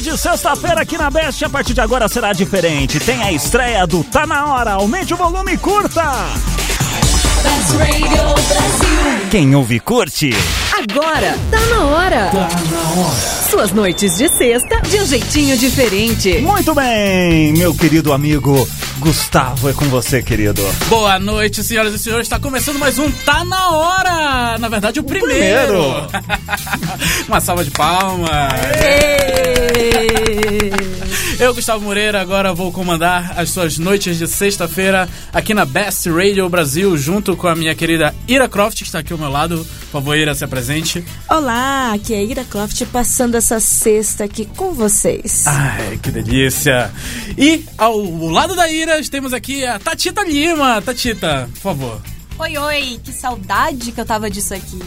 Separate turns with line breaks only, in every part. de sexta-feira aqui na Best, a partir de agora será diferente. Tem a estreia do Tá Na Hora, aumente o volume e curta!
Best Radio Brasil.
Quem ouve, curte!
Agora tá na hora. Suas noites de sexta de um jeitinho diferente.
Muito bem, meu querido amigo Gustavo, é com você, querido.
Boa noite, senhoras e senhores. Está começando mais um Tá na Hora! Na verdade, o primeiro.
primeiro.
Uma salva de palmas. Eu, Gustavo Moreira, agora vou comandar as suas noites de sexta-feira aqui na Best Radio Brasil, junto com a minha querida Ira Croft, que está aqui ao meu lado. Por favor, Ira, se apresente.
Olá, aqui é Ira Croft passando essa sexta aqui com vocês.
Ai, que delícia! E ao lado da Ira, temos aqui a Tatita Lima. Tatita, por favor.
Oi, oi, que saudade que eu tava disso aqui.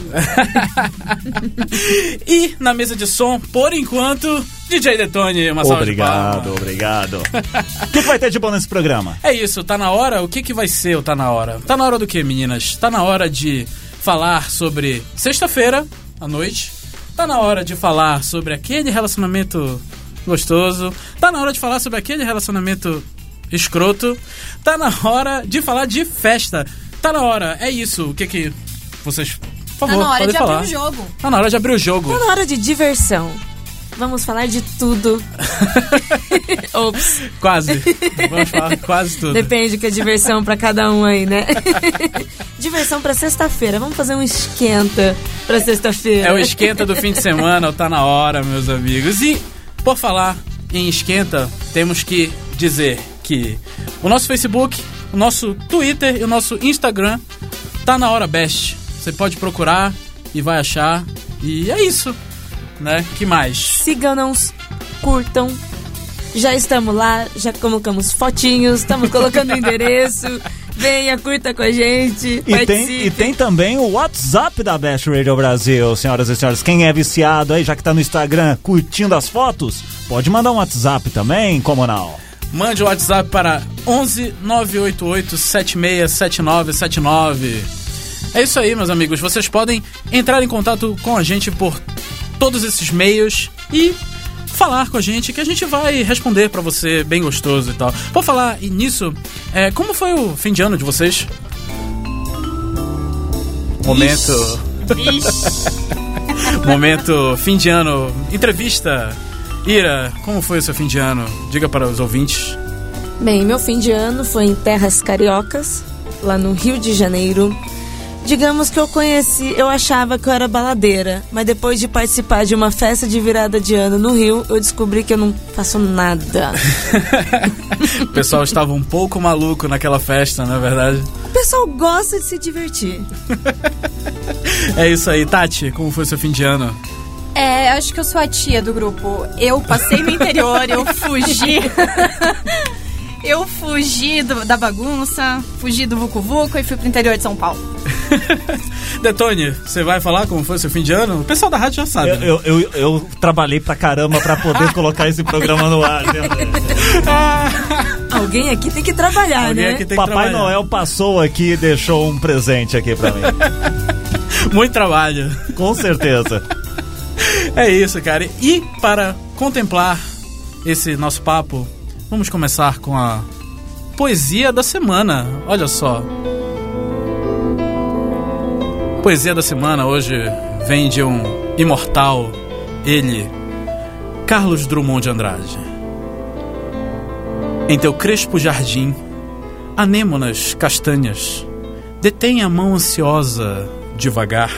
E na mesa de som, por enquanto, DJ Detone, uma salva de
Obrigado,
palmas.
obrigado. O que que vai ter de bom nesse programa?
É isso, tá na hora? O que, que vai ser o Tá Na Hora? Tá na hora do que, meninas? Tá na hora de falar sobre sexta-feira, à noite. Tá na hora de falar sobre aquele relacionamento gostoso. Tá na hora de falar sobre aquele relacionamento escroto. Tá na hora de falar de festa. Tá na hora, é isso. O que que vocês... Por
Tá
favor,
na hora
podem
de
falar.
abrir o jogo.
Tá na hora de abrir o jogo.
Tá na hora de diversão. Vamos falar de tudo. Ops,
Quase. Vamos falar quase tudo.
depende o que é diversão pra cada um aí, né? diversão pra sexta-feira. Vamos fazer um esquenta pra sexta-feira.
É o esquenta do fim de semana, o tá na hora, meus amigos. E por falar em esquenta, temos que dizer que o nosso Facebook, o nosso Twitter e o nosso Instagram tá na hora best. Você pode procurar e vai achar. E é isso, né? Que mais?
Sigam-nos, curtam. Já estamos lá, já colocamos fotinhos, estamos colocando o endereço. Venha, curta com a gente.
E tem, e tem também o WhatsApp da Best Radio Brasil, senhoras e senhores. Quem é viciado aí, já que tá no Instagram curtindo as fotos, pode mandar um WhatsApp também, como não?
Mande o WhatsApp para 11 988 767979. É isso aí, meus amigos. Vocês podem entrar em contato com a gente por todos esses meios e falar com a gente que a gente vai responder pra você bem gostoso e tal. Vou falar e nisso, é, como foi o fim de ano de vocês? Momento, momento fim de ano, entrevista. Ira, como foi o seu fim de ano? Diga para os ouvintes.
Bem, meu fim de ano foi em terras cariocas, lá no Rio de Janeiro. Digamos que eu conheci, eu achava que eu era baladeira, mas depois de participar de uma festa de virada de ano no Rio, eu descobri que eu não faço nada.
O pessoal estava um pouco maluco naquela festa, na verdade.
O pessoal gosta de se divertir.
É isso aí, Tati, como foi seu fim de ano?
É, acho que eu sou a tia do grupo. Eu passei no interior, eu fugi. eu fugi do- da bagunça, fugi do Vucu Vucu e fui pro interior de São Paulo.
Detone, você vai falar como foi seu fim de ano? O pessoal da rádio já sabe.
Eu,
né?
eu, eu, eu trabalhei pra caramba pra poder colocar esse programa no ar. né? viu?
Alguém aqui tem que trabalhar,
Ah, Alguém
né?
aqui tem que
Ah, Papai
trabalhar.
Noel passou aqui e deixou um presente aqui pra mim.
Muito trabalho.
Com certeza.
É isso, cara. E para contemplar esse nosso papo, vamos começar com a poesia da semana. Olha só. Poesia da semana hoje vem de um imortal, ele, Carlos Drummond de Andrade. Em teu crespo jardim, anêmonas castanhas, detém a mão ansiosa, devagar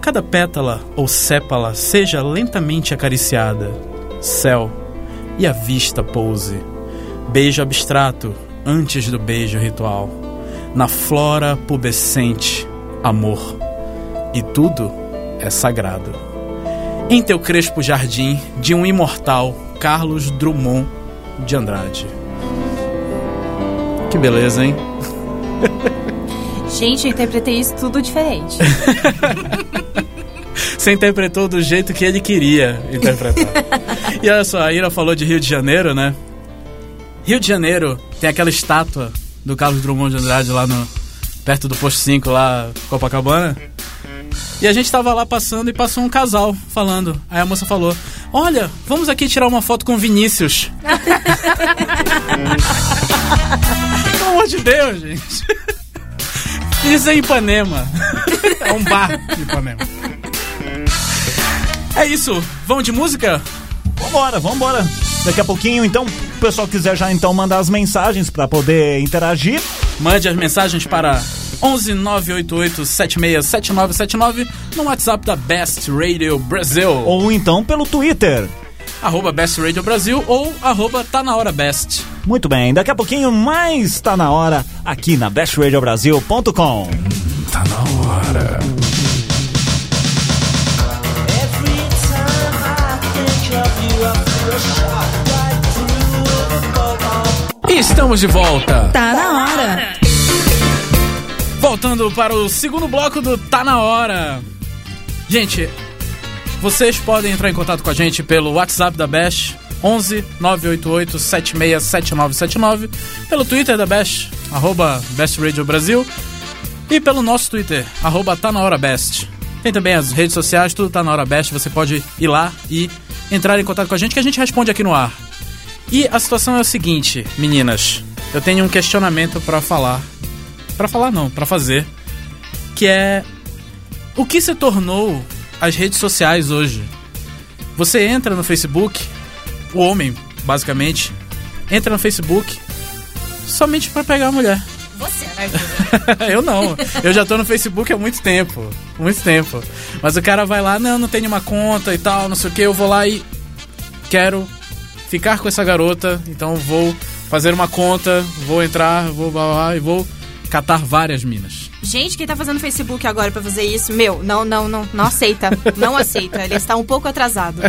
cada pétala ou sépala seja lentamente acariciada. Céu, e a vista pouse. Beijo abstrato antes do beijo ritual. Na flora pubescente, amor. E tudo é sagrado. Em teu crespo jardim de um imortal Carlos Drummond de Andrade. Que beleza, hein?
Gente, eu interpretei isso tudo diferente.
Você interpretou do jeito que ele queria interpretar. e olha só, a Ira falou de Rio de Janeiro, né? Rio de Janeiro tem aquela estátua do Carlos Drummond de Andrade lá no. perto do posto 5, lá Copacabana. E a gente tava lá passando e passou um casal falando. Aí a moça falou: Olha, vamos aqui tirar uma foto com o Vinícius. Pelo amor de Deus, gente. Isso é Ipanema. É um bar de Ipanema. É isso. Vamos de música?
Vambora, vambora. Daqui a pouquinho, então, o pessoal quiser já então mandar as mensagens pra poder interagir.
Mande as mensagens para 11 988 767979 no WhatsApp da Best Radio Brasil.
Ou então pelo Twitter.
Arroba Best Radio Brasil ou arroba Tá Na Hora Best.
Muito bem, daqui a pouquinho mais tá na hora aqui na bestradiobrasil.com.
Tá na hora.
Every time I think of you, I feel shot right through the bubble.
E estamos de volta.
Tá na hora.
Voltando para o segundo bloco do Tá Na Hora. Gente, vocês podem entrar em contato com a gente pelo WhatsApp da Bash 11 988 767979, pelo Twitter da Bash, arroba Best Radio Brasil, e pelo nosso Twitter, arroba Tá Na Hora Best. Tem também as redes sociais, tudo Tá Na Hora Best, você pode ir lá e entrar em contato com a gente que a gente responde aqui no ar. E a situação é o seguinte, meninas, eu tenho um questionamento pra falar Pra falar não, pra fazer, que é o que se tornou as redes sociais hoje. Você entra no Facebook, o homem, basicamente, entra no Facebook somente pra pegar a mulher.
Você, né?
eu não. Eu já tô no Facebook há muito tempo. Muito tempo. Mas o cara vai lá, não, não tem nenhuma conta e tal, não sei o que, eu vou lá e quero ficar com essa garota, então vou fazer uma conta, vou entrar, vou blá, blá, blá, e vou catar várias minas.
Gente, quem tá fazendo Facebook agora pra fazer isso? Meu, não, não, não, não aceita. Não aceita. Ele está um pouco atrasado.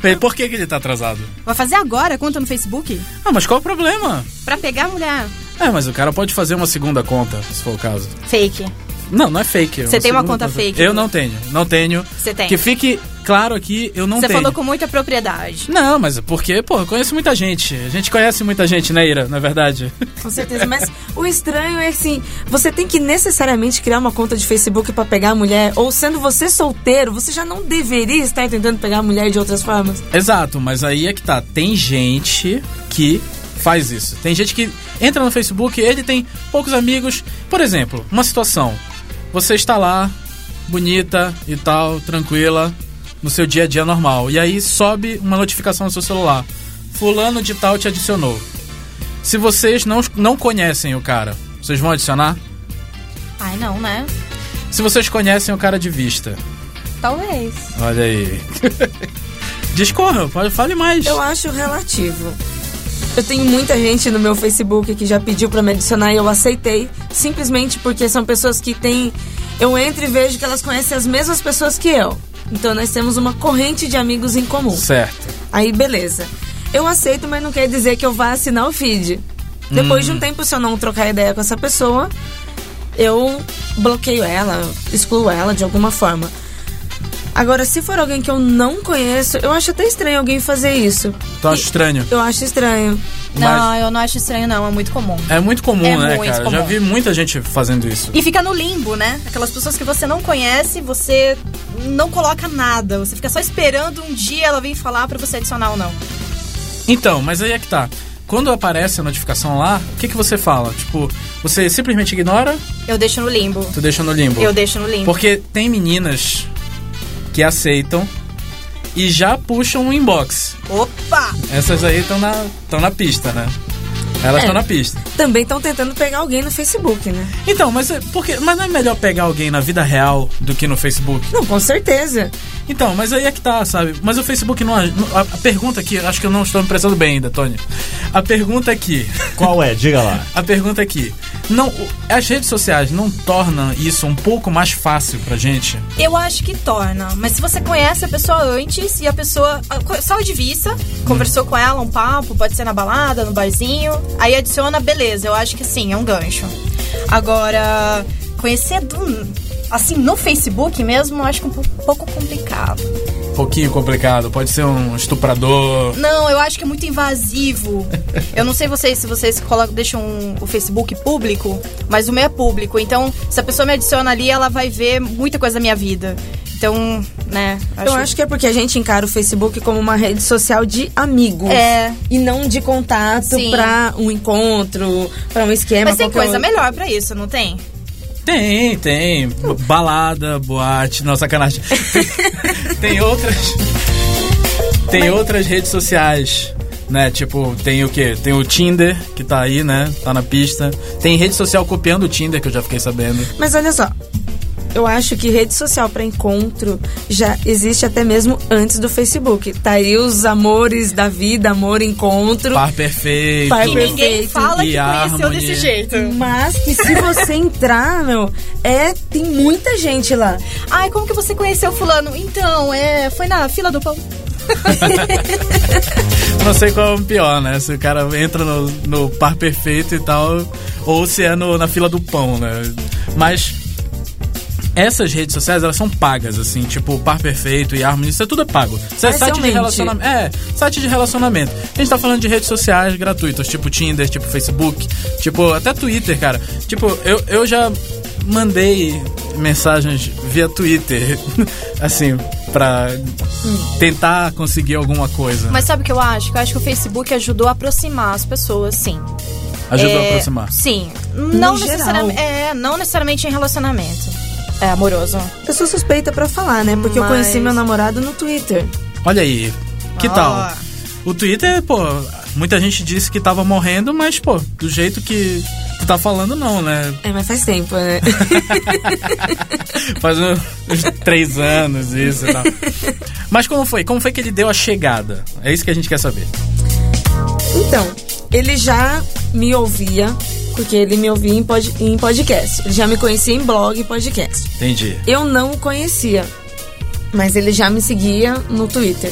Falei, Por que, que ele tá atrasado?
Vai fazer agora conta no Facebook?
Ah, mas qual o problema?
Pra pegar a mulher.
É, mas o cara pode fazer uma segunda conta, se for o caso.
Fake.
Não, não é fake. é
Você tem uma
segunda
conta fake,
Eu
né?
não tenho, não tenho.
Você tem.
Que fique claro aqui, eu não
Você
tenho.
falou com muita propriedade.
Não, mas é porque, pô, eu conheço muita gente. A gente conhece muita gente, né, Ira? Na verdade.
Com certeza, mas o estranho é assim, você tem que necessariamente criar uma conta de Facebook pra pegar a mulher, ou sendo você solteiro, você já não deveria estar tentando pegar a mulher de outras formas.
Exato, mas aí é que tá. Tem gente que faz isso. Tem gente que entra no Facebook, ele tem poucos amigos. Por exemplo, uma situação. Você está lá, bonita e tal, tranquila, no seu dia a dia normal. E aí sobe uma notificação no seu celular. Fulano de tal te adicionou. Se vocês não, não conhecem o cara, vocês vão adicionar?
Ai, não, né?
Se vocês conhecem o cara de vista,
Talvez.
olha aí. Discorra, pode- fale mais.
Eu acho relativo. Eu tenho muita gente no meu Facebook que já pediu pra me adicionar e eu aceitei, simplesmente porque são pessoas que têm. Eu entro e vejo que elas conhecem as mesmas pessoas que eu. Então nós temos uma corrente de amigos em comum.
Certo.
Aí beleza. Eu aceito, mas não quer dizer que eu vá assinar o feed. Depois de um tempo, se eu não trocar ideia com essa pessoa, eu bloqueio ela, excluo ela de alguma forma. Agora, se for alguém que eu não conheço, eu acho até estranho alguém fazer isso.
Então acho
E-
estranho.
Eu acho estranho.
Não, eu não acho estranho, não. É muito comum.
É muito comum,
É
né,
muito
cara?
comum.
Já vi muita gente fazendo isso.
E fica no limbo, né? Aquelas pessoas que você não conhece, você não coloca nada. Você fica só esperando um dia ela vir falar pra você adicionar ou não.
Então, mas aí é que tá. Quando aparece a notificação lá, o que, que você fala? Tipo, você simplesmente ignora,
Eu deixo no limbo.
tu deixa no limbo.
Eu deixo no limbo.
Porque tem meninas que aceitam e já puxam o inbox.
Opa!
Essas aí estão na, tão na pista, né? Elas
É.
estão na pista.
Também estão tentando pegar alguém no Facebook, né?
Então, mas, é- por quê? mas não é melhor pegar alguém na vida real do que no Facebook?
Não, com certeza.
Então, mas aí é que tá, sabe? Mas o Facebook não. aj- não- A, a pergunta aqui, acho que eu não estou me prestando bem ainda, Tony. A pergunta aqui.
Qual é? Diga lá.
A pergunta aqui. Não, o- as redes sociais não tornam isso um pouco mais fácil pra gente?
Eu acho que torna, mas se você conhece a pessoa antes e a pessoa a- co- só de vista, conversou com ela um papo, pode ser na balada, no barzinho, aí adiciona, beleza, eu acho que sim, é um gancho. Agora, conhecer do, assim no Facebook mesmo, eu acho que é um pou- pouco complicado.
Um pouquinho complicado, pode ser um estuprador.
Não, eu acho que é muito invasivo. Eu não sei vocês se vocês colocam, deixam um- o Facebook público, mas o meu é público. Então, se a pessoa me adiciona ali, ela vai ver muita coisa da minha vida. Então, né?
Eu acho que é porque a gente encara o Facebook como uma rede social de amigos.
É.
E não de contato
Sim.
pra um encontro, pra um esquema.
Mas tem
qualquer
coisa
outro.
melhor pra isso, não tem?
Tem, tem. B- Balada, boate, não, sacanagem. tem outras. Tem outras redes sociais, né? Tipo, tem o quê? Tem o Tinder, que tá aí, né? Tá na pista. Tem rede social copiando o Tinder, que eu já fiquei sabendo.
Mas olha só. Eu acho que rede social pra encontro já existe até mesmo antes do Facebook. Tá aí os amores da vida, amor, encontro.
Par perfeito.
Par
E
perfeito.
ninguém fala
E
que
a
conheceu
harmonia.
desse jeito.
Mas que se você entrar, meu, é. Tem muita gente lá.
Ai, como que você conheceu fulano? Então, é, foi na fila do pão.
Não sei qual é o pior, né? Se o cara entra no, no par perfeito e tal, ou se é no- na fila do pão, né? Mas essas redes sociais, elas são pagas, assim, tipo o par perfeito e harmony, isso é tudo é pago. Isso é site de
Parcialmente.
relacionamento. É, site de relacionamento. A gente tá falando de redes sociais gratuitas, tipo Tinder, tipo Facebook, tipo até Twitter, cara. Tipo, eu, eu já mandei mensagens via Twitter, assim, pra tentar conseguir alguma coisa. né?
Mas sabe o que eu acho? Que Eu acho que o Facebook ajudou a aproximar as pessoas, sim.
Ajudou a
É,
aproximar.
Sim. Não
No geral.
necessariamente, é, não necessariamente em relacionamento. É amoroso.
Eu sou suspeita pra falar, né? Porque eu
Mas-
conheci meu namorado no Twitter.
Olha aí, que
Ó.
tal? O Twitter, pô, muita gente disse que tava morrendo, mas, pô, do jeito que tu tá falando, não, né?
É, mas faz tempo, né?
Faz um- uns três anos, isso e tal. Mas como foi? Como foi que ele deu a chegada? É isso que a gente quer saber.
Então, ele já me ouvia, porque ele me ouvia em, pod- em podcast. Ele já me conhecia em blog e podcast.
Entendi.
Eu não o conhecia, mas ele já me seguia no Twitter.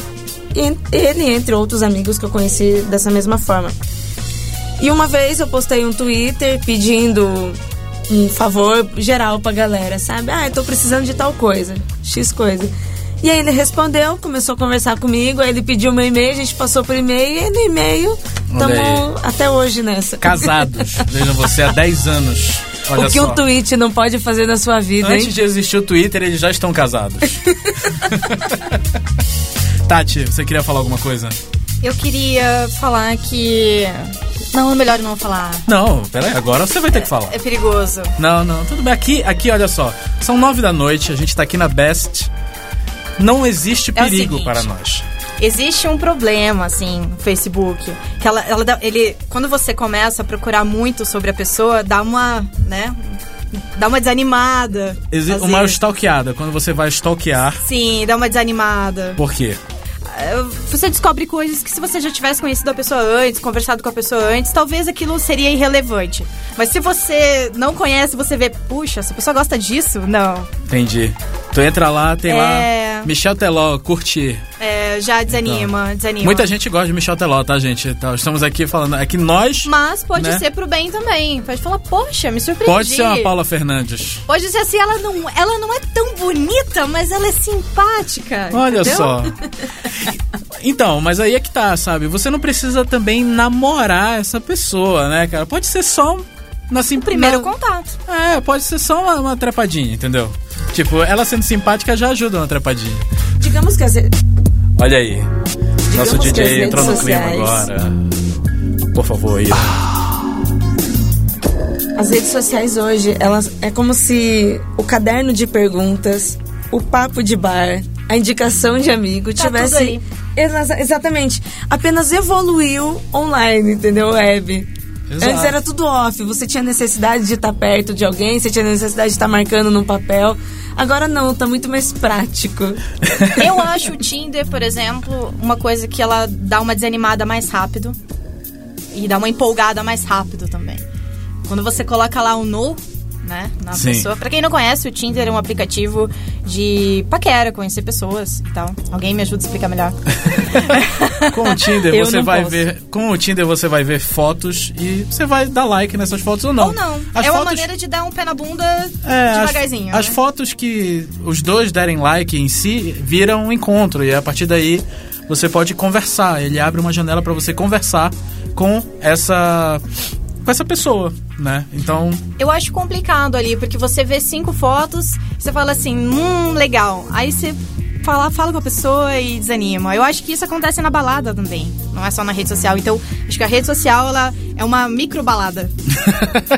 E en- ele, entre outros amigos que eu conheci dessa mesma forma. E uma vez eu postei um Twitter pedindo um favor geral pra galera, sabe? Ah, eu tô precisando de tal coisa, X coisa. E aí ele respondeu, começou a conversar comigo, aí ele pediu meu e-mail, a gente passou por e-mail, e no e-mail,
Olha
estamos até hoje nessa.
Casados, vejam você, há 10 anos. Olha
o que
só.
um tweet não pode fazer na sua vida, hein?
Antes de existir o Twitter, eles já estão casados. Tati, você queria falar alguma coisa?
Eu queria falar que. Não, é melhor não falar.
Não, peraí, agora você vai ter que falar.
É perigoso.
Não, não, tudo bem. Aqui, aqui, olha só. São nove da noite, a gente tá aqui na Best. Não existe
É o
perigo
seguinte.
para nós.
Existe um problema, assim, no Facebook. Que ela, ela dá- ele, quando você começa a procurar muito sobre a pessoa, dá uma, né? Dá uma desanimada.
Exi
às
uma
vezes.
stalkeada, é quando você vai stalkear,
Sim, dá uma desanimada.
por quê?
Eh, Você descobre coisas que se você já tivesse conhecido a pessoa antes, conversado com a pessoa antes, talvez aquilo seria irrelevante. Mas se você não conhece, você vê, puxa, essa pessoa gosta disso? Não.
Entendi. Tu entra lá, tem
É.
lá Michel Teló, curtir.
É, já desanima, desanima.
Então, Muita gente gosta de Michel Teló, tá, gente? Então, estamos aqui falando. É que nós.
Mas pode
né?
ser pro bem também. Pode falar, poxa, me surpreendi.
Pode ser uma Paula Fernandes.
Pode ser assim, ela não, ela não é tão bonita, mas ela é simpática.
Olha
entendeu?
só. Então, mas aí é que tá, sabe? Você não precisa também namorar essa pessoa, né, cara? Pode ser só na sim
Primeiro
na-
contato.
É, pode ser só uma, uma trepadinha, entendeu? Tipo, ela sendo simpática já ajuda uma trepadinha.
Digamos que as, re-
Olha aí. Nosso
Digamos que as
DJ
redes
entrou no clima
sociais-
agora. Por favor, aí.
As redes sociais hoje, elas é como se o caderno de perguntas, o papo de bar, a indicação de amigo
Tá
tivesse
tudo aí.
Exa- exatamente, apenas evoluiu online, entendeu? Web.
Exato.
Antes era tudo off, você tinha necessidade de estar perto de alguém, você tinha necessidade de estar marcando num papel. Agora não, tá muito mais prático.
Eu acho o Tinder, por exemplo, uma coisa que ela dá uma desanimada mais rápido. E dá uma empolgada mais rápido também. Quando você coloca lá o no, né, na
Sim.
pessoa. Pra quem não conhece, o Tinder é um aplicativo de paquera, conhecer pessoas e tal. Alguém me ajuda a explicar melhor.
Com o Tinder
Eu
você
não
vai
posso.
ver, com o Tinder você vai ver fotos e você vai dar like nessas fotos ou não.
Ou não.
As
é uma
fotos-
maneira de dar um pé na bunda
É, as-
devagarzinho.
As,
né?
fotos que os dois derem like em si viram um encontro e a partir daí você pode conversar. Ele abre uma janela pra você conversar com essa com essa pessoa, né? Então,
Eu acho complicado ali, porque você vê cinco fotos, você fala assim, hum, legal. Aí você fala, fala com a pessoa e desanima. Eu acho que isso acontece na balada também, não é só na rede social. Então, acho que a rede social, ela é uma micro balada,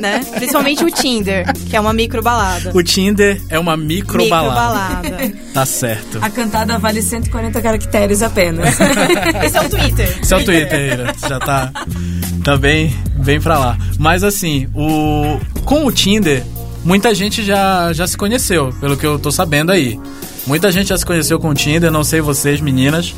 né? Principalmente o Tinder, que é uma micro balada.
o Tinder é uma micro balada.
balada.
Tá certo.
A cantada vale 140 caracteres apenas.
Esse é o Twitter.
Seu Twitter, Ira, já tá, tá bem, bem pra lá. Mas assim, o, com o Tinder, muita gente já, já se conheceu, pelo que eu tô sabendo aí. Muita gente já se conheceu com o Tinder, não sei vocês, meninas,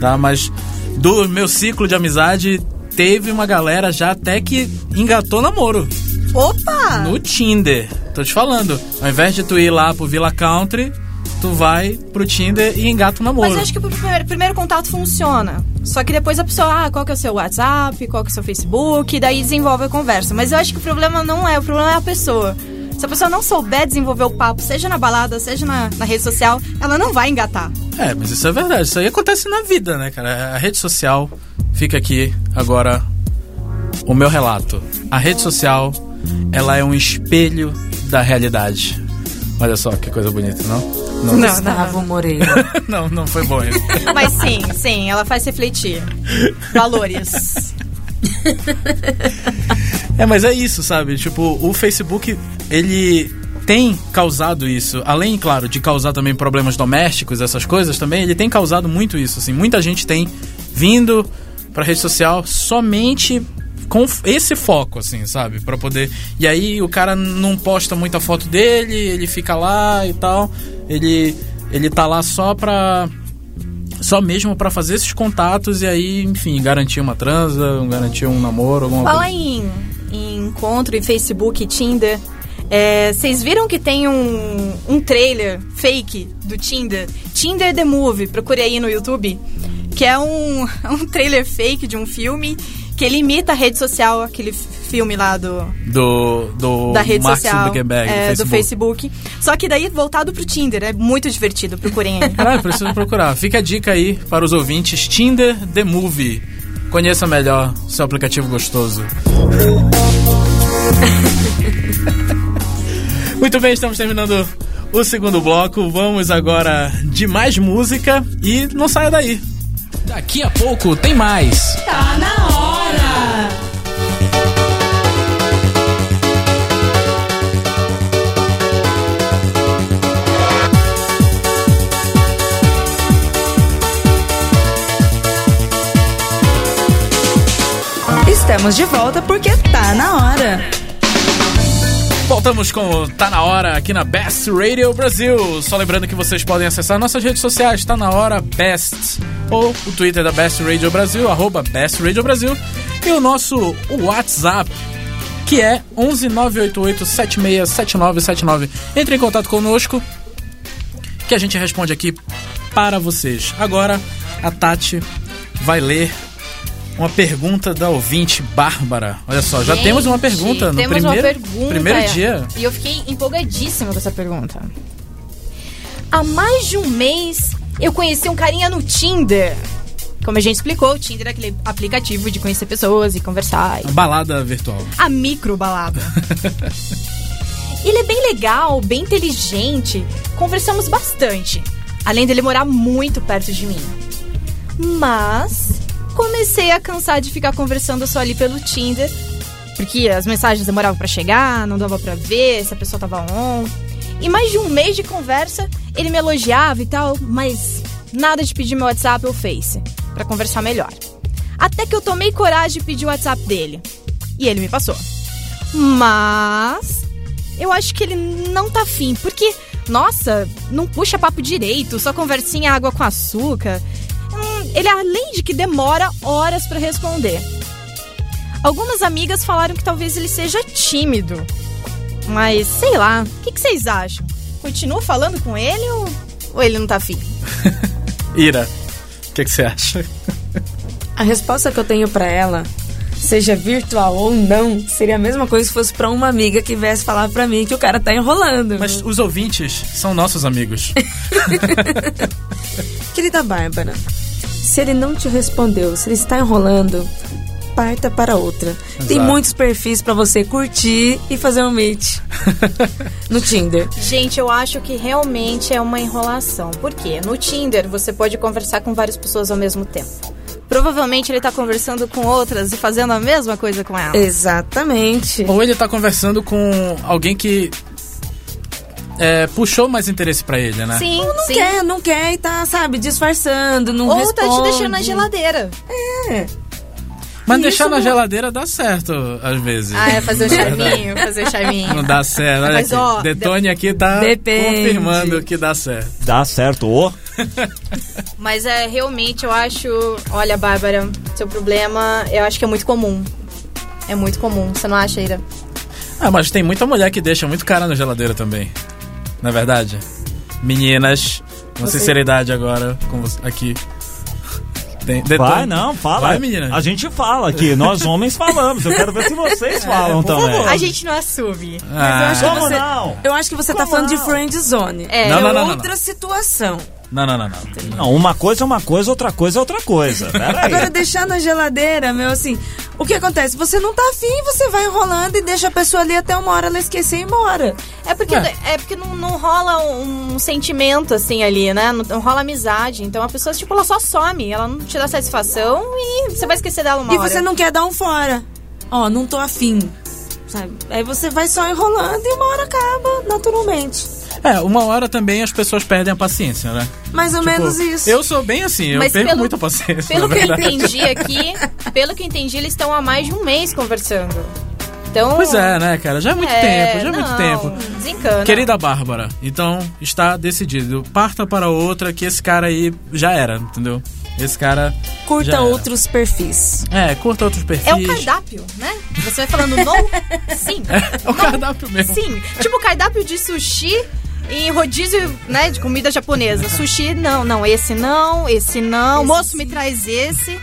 tá? Mas do meu ciclo de amizade, teve uma galera já até que engatou namoro
Opa!
no Tinder. Tô te falando, ao invés de tu ir lá pro Villa Country, tu vai pro Tinder e engata o namoro.
Mas eu acho que o primeiro, primeiro contato funciona. Só que depois a pessoa, ah, qual que é o seu WhatsApp, qual que é o seu Facebook, e daí desenvolve a conversa. Mas eu acho que o problema não é, o problema é a pessoa. Se a pessoa não souber desenvolver o papo, seja na balada, seja na, na rede social, ela não vai engatar.
É, mas isso é verdade. Isso aí acontece na vida, né, cara? A rede social fica aqui agora o meu relato. A rede social, ela é um espelho da realidade. Olha só que coisa bonita, não? Não,
Gustavo Moreira.
não, não foi bom isso.
Mas sim, sim, ela faz refletir. Valores.
É, mas é isso, sabe? Tipo, o Facebook, ele tem causado isso. Além, claro, de causar também problemas domésticos, essas coisas também, ele tem causado muito isso, assim. Muita gente tem vindo pra rede social somente com f- esse foco, assim, sabe? Pra poder... E aí o cara não posta muita foto dele, ele fica lá e tal. Ele, ele tá lá só pra só mesmo pra fazer esses contatos e aí, enfim, garantir uma transa, garantir um namoro, alguma coisa.
Fala em, em encontro em Facebook e Tinder. É, Vocês viram que tem um, um trailer fake do Tinder? Tinder The Movie, procure aí no YouTube. Que é um, um trailer fake de um filme que ele imita a rede social, aquele f- filme lá do,
do, do
da rede
Mark
social
Zuckerberg,
é,
do
do
Facebook.
Facebook. Só que daí voltado pro Tinder, é muito divertido, procurem aí.
Caralho, preciso procurar. Fica a dica aí para os ouvintes: Tinder The Movie. Conheça melhor seu aplicativo gostoso. Muito bem, estamos terminando o segundo bloco. Vamos agora de mais música e não saia daí. Daqui a pouco tem mais.
Estamos de volta porque tá na hora.
Voltamos com o Tá Na Hora aqui na Best Radio Brasil. Só lembrando que vocês podem acessar nossas redes sociais, Tá Na Hora Best, ou o Twitter da Best Radio Brasil, arroba Best Radio Brasil, e o nosso WhatsApp, que é 11988-767979. Entre em contato conosco, que a gente responde aqui para vocês. Agora, a Tati vai ler... Uma pergunta da ouvinte Bárbara. Olha só, já
Gente,
temos uma pergunta no
temos
primeiro,
uma pergunta,
primeiro
é.
dia.
E eu fiquei empolgadíssima com essa pergunta. Há mais de um mês, eu conheci um carinha no Tinder. Como a gente explicou, o Tinder é aquele aplicativo de conhecer pessoas e conversar. e-
Balada virtual.
A micro balada. Ele é bem legal, bem inteligente. Conversamos bastante. Além dele morar muito perto de mim. Mas comecei a cansar de ficar conversando só ali pelo Tinder, porque as mensagens demoravam pra chegar, não dava pra ver se a pessoa tava on. E mais de um mês de conversa, ele me elogiava e tal, mas nada de pedir meu WhatsApp ou Face pra conversar melhor. Até que eu tomei coragem e pedi o WhatsApp dele. E ele me passou. Mas eu acho que ele não tá afim, porque, nossa, não puxa papo direito, só conversinha água com açúcar. Hum, ele, além de que demora horas pra responder. Algumas amigas falaram que talvez ele seja tímido. Mas, sei lá, o que, que vocês acham? Continua falando com ele ou, ou ele não tá afim?
Ira, o que, que você acha?
A resposta que eu tenho pra ela, seja virtual ou não, seria a mesma coisa se fosse pra uma amiga que viesse falar pra mim que o cara tá enrolando.
Mas os ouvintes são nossos amigos.
tá Querida Bárbara, se ele não te respondeu, se ele está enrolando, parta para outra. Tem
Exato.
muitos perfis pra você curtir e fazer um meet no Tinder.
Gente, eu acho que realmente é uma enrolação. Por quê? No Tinder, você pode conversar com várias pessoas ao mesmo tempo. Provavelmente ele tá conversando com outras e fazendo a mesma coisa com
É.
ela.
Exatamente.
Ou ele tá conversando com alguém que é, puxou mais interesse pra ele, né?
Sim,
Não
sim.
quer, não quer e tá, sabe, disfarçando, não
Ou
responde.
tá te deixando na geladeira.
Mas
Isso
deixar na
não-
geladeira dá certo, às vezes.
Ah, é fazer o
Verdade.
charminho, fazer o charminho.
Não dá certo. Olha
Mas,
aqui.
ó,
Detone aqui tá
Depende.
confirmando que dá certo.
Dá certo, ô.
Mas é realmente, eu acho. Olha, Bárbara, seu problema, eu acho que é muito comum. É muito comum, você não acha, Ira?
Ah, mas tem muita mulher que deixa muito cara na geladeira também. Na verdade. Meninas, com sinceridade agora, com você- aqui. Tem, detone.
Vai, não, fala.
Vai, menina.
A gente fala aqui, nós homens falamos. Eu quero ver se
É,
vocês falam também.
A gente não assume.
Ah,
Como não?
Eu acho que você tá falando de friend zone.
É,
Não, não,
É
não, não,
outra situação.
não. Não, não, não, não.
Não, uma coisa é uma coisa, outra coisa é outra coisa. Pera aí.
Agora, deixar na geladeira, meu, assim, o que acontece? Você não tá afim, você vai enrolando e deixa a pessoa ali até uma hora ela esquecer e ir embora.
É porque,
Ué.
é porque não, não rola um, um sentimento assim ali, né? Não, não rola amizade. Então a pessoa, tipo, ela só some, ela não te dá satisfação e você vai esquecer dela uma
E
hora.
você não quer dar um fora. Ó, não tô afim. Sabe? Aí você vai só enrolando e uma hora acaba, naturalmente.
É, uma hora também as pessoas perdem a paciência, né?
Mais ou menos
Pô,
isso.
Eu sou bem assim, eu
Mas
perco
pelo-
muita paciência.
Pelo
na
que eu
verdade.
entendi aqui, pelo que eu entendi, eles estão há mais de um mês conversando. Então.
Pois é, né, cara? Já é muito tempo, já é muito
não,
tempo.
Desencana.
Querida Bárbara, então está decidido. Parta para outra que esse cara aí já era, entendeu? Esse cara. já
Curta
era.
outros perfis.
É, curta outros perfis.
É o cardápio, né? Você vai falando não, sim,
É o cardápio mesmo.
sim. Tipo cardápio de sushi e rodízio, né, de comida japonesa. Sushi, não, não, esse não, esse não. Moço, me traz esse.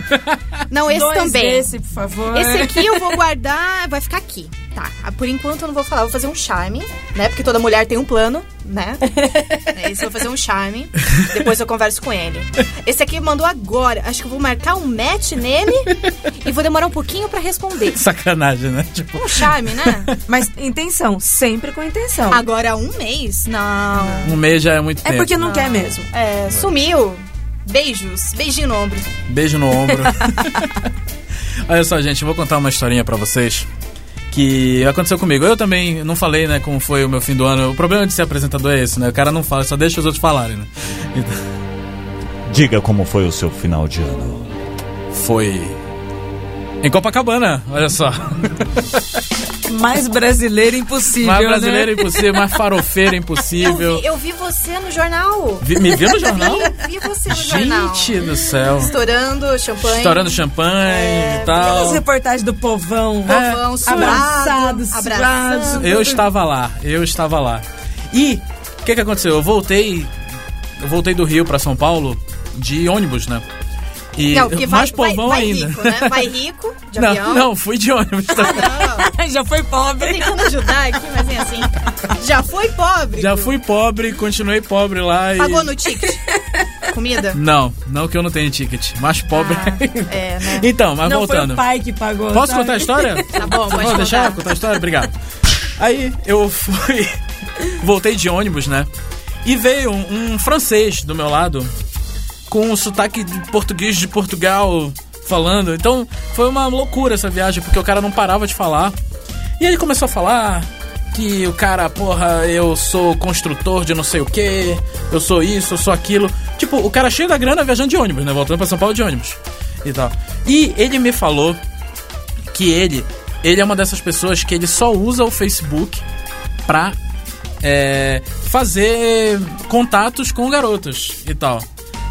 Não, esse
Dois
também.
desse, por favor.
Esse aqui eu vou guardar, vai ficar aqui. Tá, ah, por enquanto eu não vou falar, eu vou fazer um charme, né? Porque toda mulher tem um plano, né? É Esse eu vou fazer um charme, depois eu converso com ele. Esse aqui mandou agora, acho que eu vou marcar um match nele e vou demorar um pouquinho pra responder.
Sacanagem, né? Tipo,
Um charme, né?
Mas intenção, sempre com intenção.
Agora um mês? Não.
um mês já é muito
é
tempo.
porque não quer mesmo.
É, sumiu. Beijos, beijinho no ombro.
Beijo no ombro. Olha só, gente, eu vou contar uma historinha pra vocês que aconteceu comigo. Eu também não falei, né, como foi o meu fim do ano. O problema de ser apresentador é esse, né? O cara não fala, só deixa os outros falarem, né? Então,
Diga como foi o seu final de ano.
foi em Copacabana, olha só.
Mais brasileiro impossível.
mais brasileiro
né?
impossível, mais farofeiro impossível.
Eu vi, eu vi você no jornal.
Vi- me viu no jornal?
Vi você no jornal.
gente do céu.
Estourando champanhe.
Estourando
É,
champanhe e
As
tal.
reportagens do povão.
povão suado,
Abraçados,
abraçando.
Eu estava lá, eu estava lá. E o que que aconteceu? Eu voltei, eu voltei do Rio pra São Paulo de ônibus, né? E
Não, porque É, vai,
mais povão
vai, vai
ainda.
rico, né? Vai rico, de avião. Ah,
não, não, fui de ônibus também.
Já foi pobre.
Tentando ajudar aqui, mas é assim. Já foi pobre.
Já fui pobre, continuei pobre lá e
Pagou no ticket. Comida.
Não, não que eu não tenha ticket, mas pobre.
É, né?
então, mas
Não foi um
voltando.
o pai que pagou.
Posso
sabe?
contar a história?
Tá bom,
Pode
pode
deixar eu
contar.
contar a história? Obrigado. Aí eu fui. Voltei de ônibus, né? E veio um, um francês do meu lado com um sotaque de português de Portugal falando. Então foi uma loucura essa viagem, porque o cara não parava de falar. E ele começou a falar que o cara, porra, eu sou construtor de não sei o que, eu sou isso, eu sou aquilo. Tipo, o cara cheio da grana viajando de ônibus, né? Voltando pra São Paulo de ônibus e tal. E ele me falou que ele ele é uma dessas pessoas que ele só usa o Facebook pra é, fazer contatos com garotas e tal.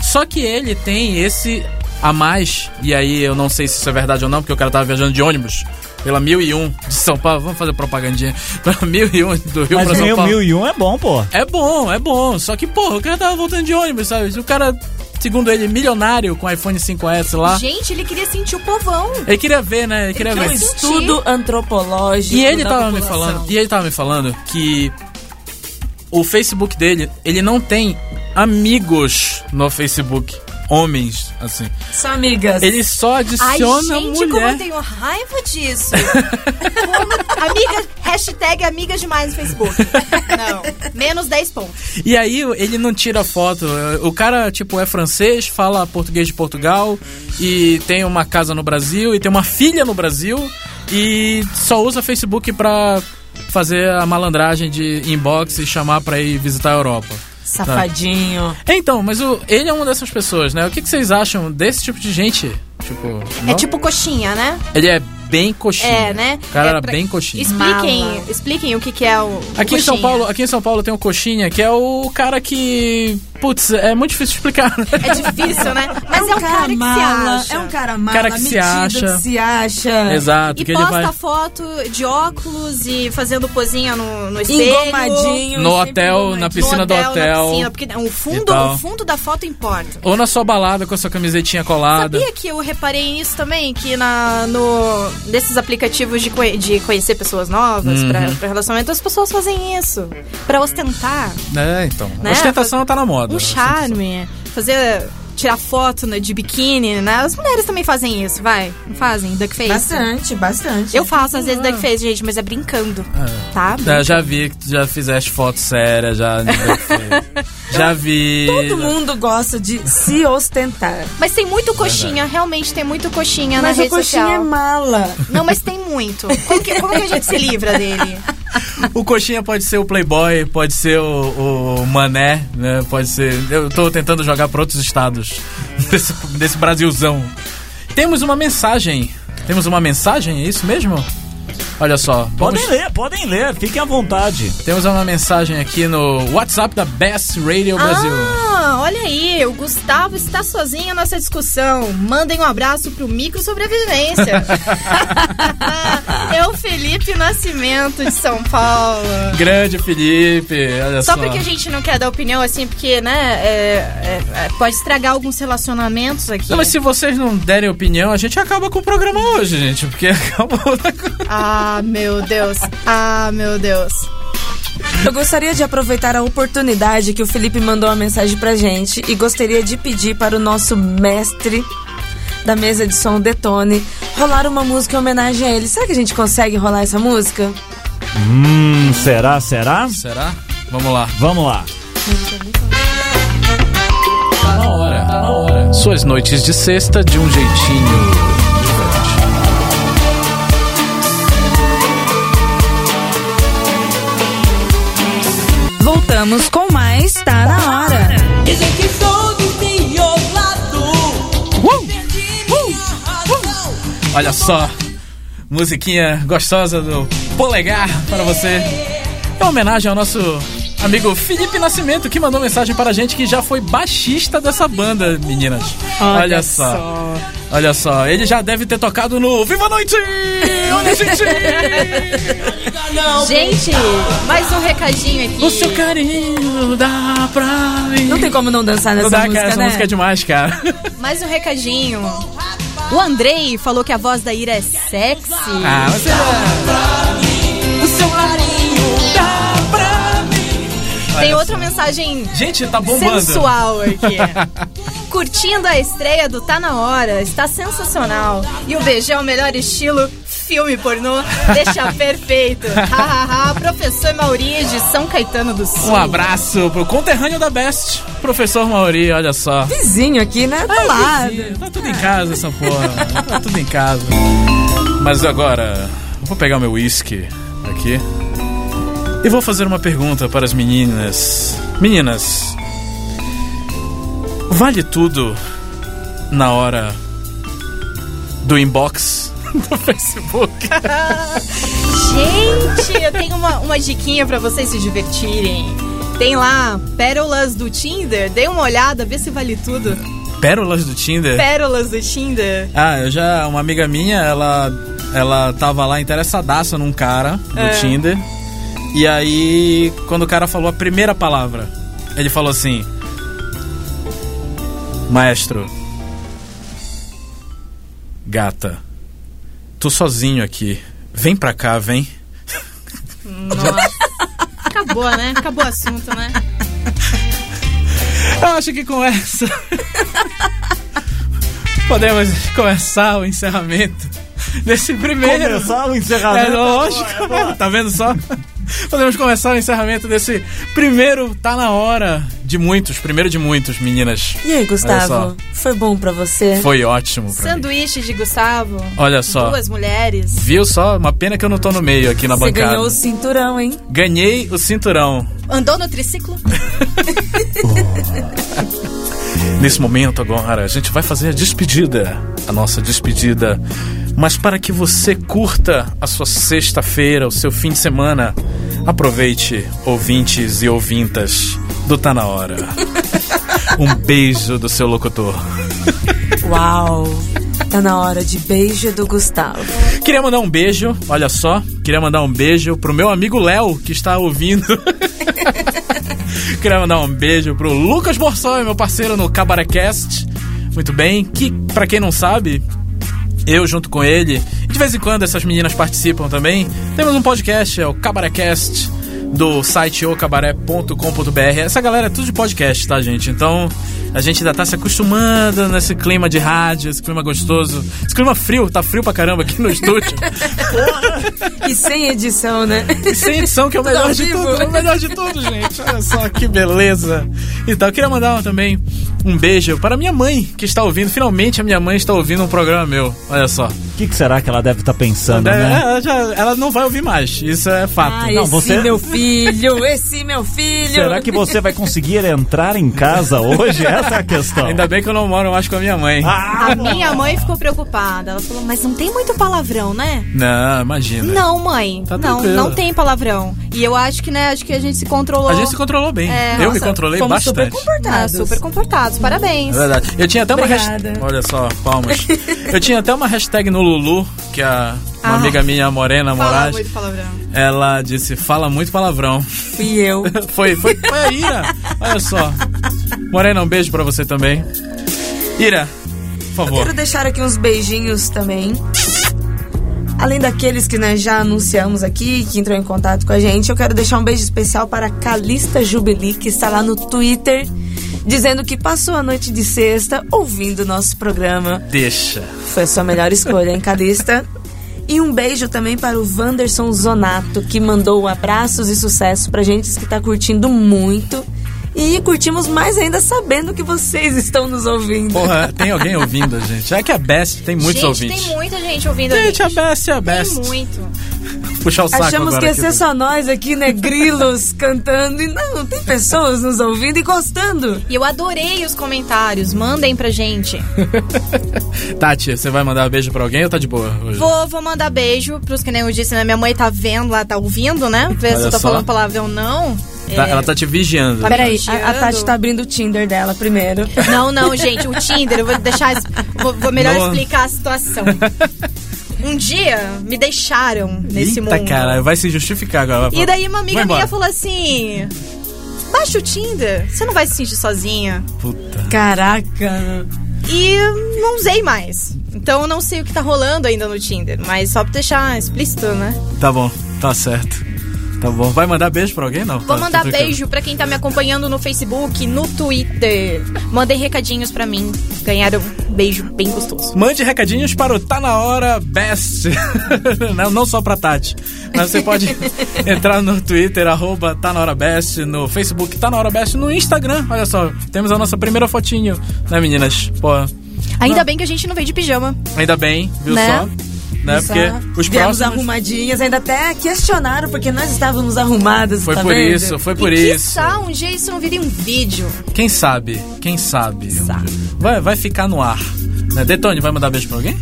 Só que ele tem esse a mais, e aí eu não sei se isso é verdade ou não, porque o cara tava viajando de ônibus pela 1001 de São Paulo. Vamos fazer propagandinha. Pela 1001 do Rio pra
Mas
São
mil,
Paulo.
mil e um é bom, pô.
É bom, é bom. Só que, porra, o cara tava voltando de ônibus, sabe? O cara, segundo ele, milionário com iPhone 5S lá.
Gente, ele queria sentir o povão.
Ele queria ver, né? Ele queria
Um
ver.
Mas-
estudo antropológico.
E ele
da
tava me
população.
falando, e ele tava me falando que o Facebook dele, ele não tem amigos no Facebook, homens. assim.
São amigas.
Ele só
Ai,
adiciona
gente,
mulher.
como eu tenho raiva disso. Como- Amiga, hashtag amigas demais no Facebook. Não, menos 10 pontos.
E aí ele não tira foto. O cara, tipo, é francês, fala português de Portugal e tem uma casa no Brasil e tem uma filha no Brasil e só usa Facebook pra fazer a malandragem de inbox e chamar pra ir visitar a Europa.
Safadinho.
Então, mas o, ele é uma dessas pessoas, né? O que, que vocês acham desse tipo de gente? Tipo,
É
não?
tipo coxinha, né?
Ele é bem coxinha.
É, né?
O cara
É
era
pra-
bem coxinha.
Expliquem,
Mala.
expliquem o que, que é o. o
Aqui em, São
coxinha.
Paulo, aqui em São Paulo tem o Coxinha, que é o cara que. Putz, é muito difícil explicar. né?
É difícil, né? Mas é um cara, que
mala,
se acha.
é um cara mala,
Cara que se
metido,
acha.
que se acha.
Exato,
É, E
que ele
posta
vai.
foto de óculos e fazendo pozinha no, no espelho.
Engomadinho.
No
sempre
hotel,
engomadinho.
na piscina.
no
do
hotel,
hotel.
Na piscina, porque o
E
fundo,
tal.
o fundo da foto importa.
Ou na sua balada com a sua camisetinha colada.
Sabia que eu reparei nisso também? Que na, no, nesses aplicativos de, conhe- de conhecer pessoas novas pra,
Uhum.
pra relacionamento, as pessoas fazem isso. Pra ostentar
É, então.
Né?
A ostentação tá na moda.
um
né?
charme, fazer. Tirar foto né, de biquíni, né? As mulheres também fazem isso, vai. Não fazem? Duckface?
Bastante, bastante.
Eu faço às vezes duckface, gente, mas é brincando. Tá?
É, já vi que tu já fizeste foto séria, já. já vi.
Todo mundo gosta de se ostentar.
Mas tem muito coxinha, realmente tem muito coxinha
Mas
na
o
rede
coxinha
social.
é mala.
Não, mas tem muito. Como que, como que a gente se livra dele?
O coxinha pode ser o Playboy, pode ser o, o Mané, né? Pode ser. Eu tô tentando jogar pra outros estados desse, desse Brasilzão. Temos uma mensagem. Temos uma mensagem, é isso mesmo? Olha só. vamos-
Podem ler, podem ler, fiquem à vontade.
Temos uma mensagem aqui no WhatsApp da Best Radio Brasil.
Ah, olha aí, o Gustavo está sozinho nessa discussão. Mandem um abraço pro Micro Sobrevivência. é o Felipe Nascimento de São Paulo.
Grande Felipe, olha só.
Ah! Só porque a gente não quer dar opinião, assim, porque, né, é- é- é- pode estragar alguns relacionamentos aqui.
Não, mas se vocês não derem opinião, a gente acaba com o programa hoje, gente, porque acabou.
Ah, meu Deus. Ah, meu Deus.
Eu gostaria de aproveitar a oportunidade que o Felipe mandou uma mensagem pra gente e gostaria de pedir para o nosso mestre da mesa de som Detone rolar uma música em homenagem a ele. Será que a gente consegue rolar essa música?
Hum, será, será?
Será? Vamos lá.
Vamos lá.
Tá na hora, tá na hora. Suas noites de sexta de um jeitinho. diferente.
Voltamos com mais Tá Na Hora.
Dizem que todo tem outro lado.
Uh!
Perdi minha razão.
Olha só, musiquinha gostosa do Polegar para você. É uma homenagem ao nosso amigo Felipe Nascimento, que mandou mensagem para a gente que já foi baixista dessa banda, meninas. Olha, só. Olha só, ele já deve ter tocado no Viva a Noite! Olha, gente!
Gente, mais um recadinho aqui.
o seu carinho dá pra mim.
Não tem como não dançar nessa
Não dá,
música,
cara, essa
né?
música é demais, cara.
Mais um recadinho. O Andrei falou que a voz da Ira é sexy.
Ah, você
O seu carinho dá pra mim.
Tem outra mensagem
Gente, tá bombando.
sensual aqui. Curtindo a estreia do Tá Na Hora, está sensacional. E o BG é o melhor estilo, filme pornô, deixa perfeito. Hahaha, professor Mauri de São Caetano do Sul.
Um abraço pro conterrâneo da Best, professor Mauri, olha só.
Vizinho aqui, né? Do lado.
Tá tudo em casa essa porra. Tá tudo em casa. Mas agora, eu vou pegar meu uísque aqui e vou fazer uma pergunta para as meninas. Meninas, vale tudo na hora do inbox do Facebook?
Gente, eu tenho uma, uma diquinha pra vocês se divertirem. Tem lá pérolas do Tinder. Dê uma olhada, vê se vale tudo.
Pérolas do Tinder?
Pérolas do Tinder.
Ah, eu já. Uma amiga minha, ela. Ela tava lá interessadaça num cara do Tinder. E aí, quando o cara falou a primeira palavra, ele falou assim: Maestro. Gata. Tô sozinho aqui. Vem pra cá, vem.
Nossa. Acabou, né? Acabou o assunto, né?
Eu acho que com essa. Podemos começar o encerramento desse primeiro.
Começar o
É
encerramento.
lógico, tá vendo só? Podemos começar o encerramento desse primeiro Tá Na Hora de muitos, primeiro de muitos, meninas.
E aí,
Olha
Gustavo? Foi bom pra você?
Foi ótimo. pra mim.
Sanduíche de Gustavo.
Olha só.
Duas mulheres.
Viu só? Uma pena que eu não tô no meio aqui na
Você
bancada.
ganhou o cinturão, hein?
Ganhei o cinturão.
Andou no triciclo?
Nesse momento agora, a gente vai fazer a despedida, a nossa despedida. Mas para que você curta a sua sexta-feira, o seu fim de semana, aproveite, ouvintes e ouvintas do Tá Na Hora. Um beijo do seu locutor.
Uau! Tá na hora de beijo do Gustavo.
Queria mandar um beijo, olha só, queria mandar um beijo pro meu amigo Léo, que está ouvindo. queria mandar um beijo pro Lucas Borsoi, meu parceiro no Cabarecast. Muito bem, que pra quem não sabe, eu junto com ele, e de vez em quando essas meninas participam também, temos um podcast, é o Cabarecast, do site ocabaré.com.br. Essa galera é tudo de podcast, tá, gente? Então a gente ainda tá se acostumando nesse clima de rádio, esse clima gostoso, esse clima frio, tá frio pra caramba aqui no estúdio.
E sem edição, né?
E sem edição, que é o
Tudo
melhor
ao
de
vivo.
tudo. O melhor de tudo, gente. Olha só que beleza. Então, eu queria mandar também um beijo para minha mãe, que está ouvindo. Finalmente, a minha mãe está ouvindo um programa meu. Olha só.
O que, que será que ela deve estar pensando,
Deve-
né?
É, ela, já- ela não vai ouvir mais. Isso é fato.
Ah,
Não,
esse
você-
meu filho, esse meu filho.
Será que você vai conseguir entrar em casa hoje? Essa é a questão.
Ainda bem que eu não moro mais com a minha mãe.
Ah,
A minha mãe ficou preocupada. Ela falou, mas não tem muito palavrão, né?
Não, imagina.
Não, mãe.
Tá
não,
tranquilo.
não tem palavrão. E eu acho que, né, acho que a gente se controlou.
A gente se controlou bem.
É,
eu me
nossa,
controlei
fomos super
bastante.
Ah, super comportados. Parabéns.
É verdade. Eu tinha até uma
Obrigada.
hashtag. Olha só, palmas. Eu tinha até uma hashtag no Lulu, que a uma
Ah.
amiga minha, a Morena
Fala
Moraes,
muito palavrão.
ela disse: fala muito palavrão.
Fui eu.
Foi, foi, foi a Ira. Olha só. Morena, um beijo pra você também. Ira, por favor.
Quero deixar aqui uns beijinhos também. Além daqueles que nós já anunciamos aqui, que entrou em contato com a gente, eu quero deixar um beijo especial para a Calista Jubili, que está lá no Twitter, dizendo que passou a noite de sexta ouvindo o nosso programa.
Deixa.
Foi a sua melhor escolha, hein, Calista? E um beijo também para o Wanderson Zonato, que mandou abraços e sucesso pra gente que tá curtindo muito. E curtimos mais ainda sabendo que vocês estão nos ouvindo.
Porra, tem alguém ouvindo a gente. É que a Best tem muitos
gente,
ouvintes.
tem muita gente ouvindo
Gente,
a
a
gente.
Best é a Best.
Tem muito.
Puxar o saco
Achamos que
agora
ia
aqui
ser
do-
só nós aqui, né? Grilos cantando. E não, tem pessoas nos ouvindo e gostando.
E eu adorei os comentários. Mandem pra gente.
Tati, você vai mandar um beijo pra alguém ou tá de boa hoje?
Vou, vou mandar beijo pros que nem eu disse, né? Minha mãe tá vendo lá, tá ouvindo, né? Ver se
Olha
eu tô
só.
falando palavrão ou não.
Tá- ela tá te vigiando.
Tá
Peraí,
me
a, a Tati tá abrindo o Tinder dela primeiro.
Não, não, gente, o Tinder, eu vou deixar. es- Vou, vou melhor
Não.
explicar a situação. Um dia me deixaram nesse
Eita,
mundo.
cara, vai se justificar agora.
E daí uma amiga
Vai embora.
minha falou assim: Baixa o Tinder, você não vai se sentir sozinha.
Puta.
Caraca.
E não usei mais. Então eu não sei o que tá rolando ainda no Tinder, mas só pra deixar explícito, né?
Tá bom, tá certo. Tá bom. Vai mandar beijo pra alguém? Não.
Vou
tá-
mandar
tá tranquilo.
beijo pra quem tá me acompanhando no Facebook, no Twitter. Mandem recadinhos pra mim. Ganharam um beijo bem gostoso.
Mande recadinhos para o Tá Na Hora Best. não, não só pra Tati. Mas você pode entrar no Twitter, arroba Tá Na Hora Best, no Facebook Tá Na Hora Best, no Instagram. Olha só, temos a nossa primeira fotinho, né, meninas? Pô,
Ainda bem que a gente não veio de pijama.
ainda bem, viu
Né?
só? Né? Porque os
Viemos
próximos...
arrumadinhas, ainda até questionaram porque nós estávamos arrumadas.
Foi
tá
por
vendo?
isso, foi por
e
isso.
quiçá um dia isso não vira um vídeo.
Quem sabe, quem sabe. Vai, vai ficar no ar. Né? Detone, vai mandar beijo pra alguém?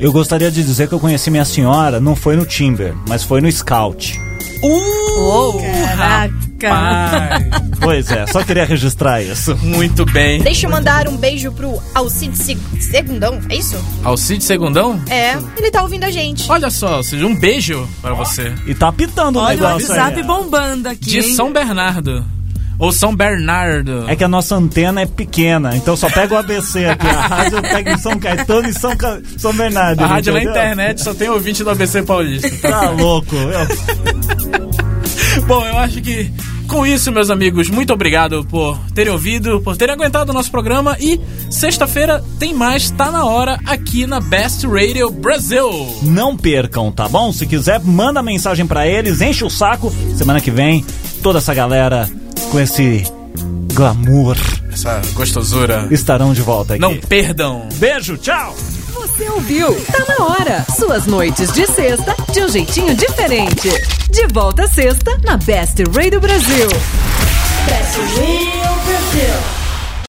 Eu gostaria de dizer que eu conheci minha senhora, não foi no Timber, mas foi no Scout.
Uh,
Caraca.
rapaz.
Pois é, só queria registrar isso.
Muito bem.
Deixa eu mandar um beijo pro Alcides Seg- Segundão, é isso?
Alcide Segundão?
É, ele tá ouvindo a gente.
Olha só, Alcide, um beijo pra você.
E tá pitando o
Olha o
negócio aí.
WhatsApp bombando aqui.
De
hein?
São Bernardo. Ou São Bernardo.
É que a nossa antena é pequena, então só pega o ABC aqui. A rádio pega em São Caetano e São, Ca- São Bernardo.
A rádio lá na
entendeu?
internet né? só tem ouvinte do ABC Paulista.
Tá louco. Eu-
Bom, eu acho que Com isso, meus amigos, muito obrigado por terem ouvido, por terem aguentado o nosso programa e sexta-feira tem mais Tá Na Hora aqui na Best Radio Brasil.
Não percam, tá bom? Se quiser, manda mensagem pra eles, enche o saco. Semana que vem, toda essa galera com esse glamour
Essa gostosura.
estarão de volta aqui.
Não perdam.
Beijo, tchau!
Você ouviu? Tá na hora. Suas noites de sexta de um jeitinho diferente. De volta sexta na Best Ray do Brasil.
Best Rio Brasil.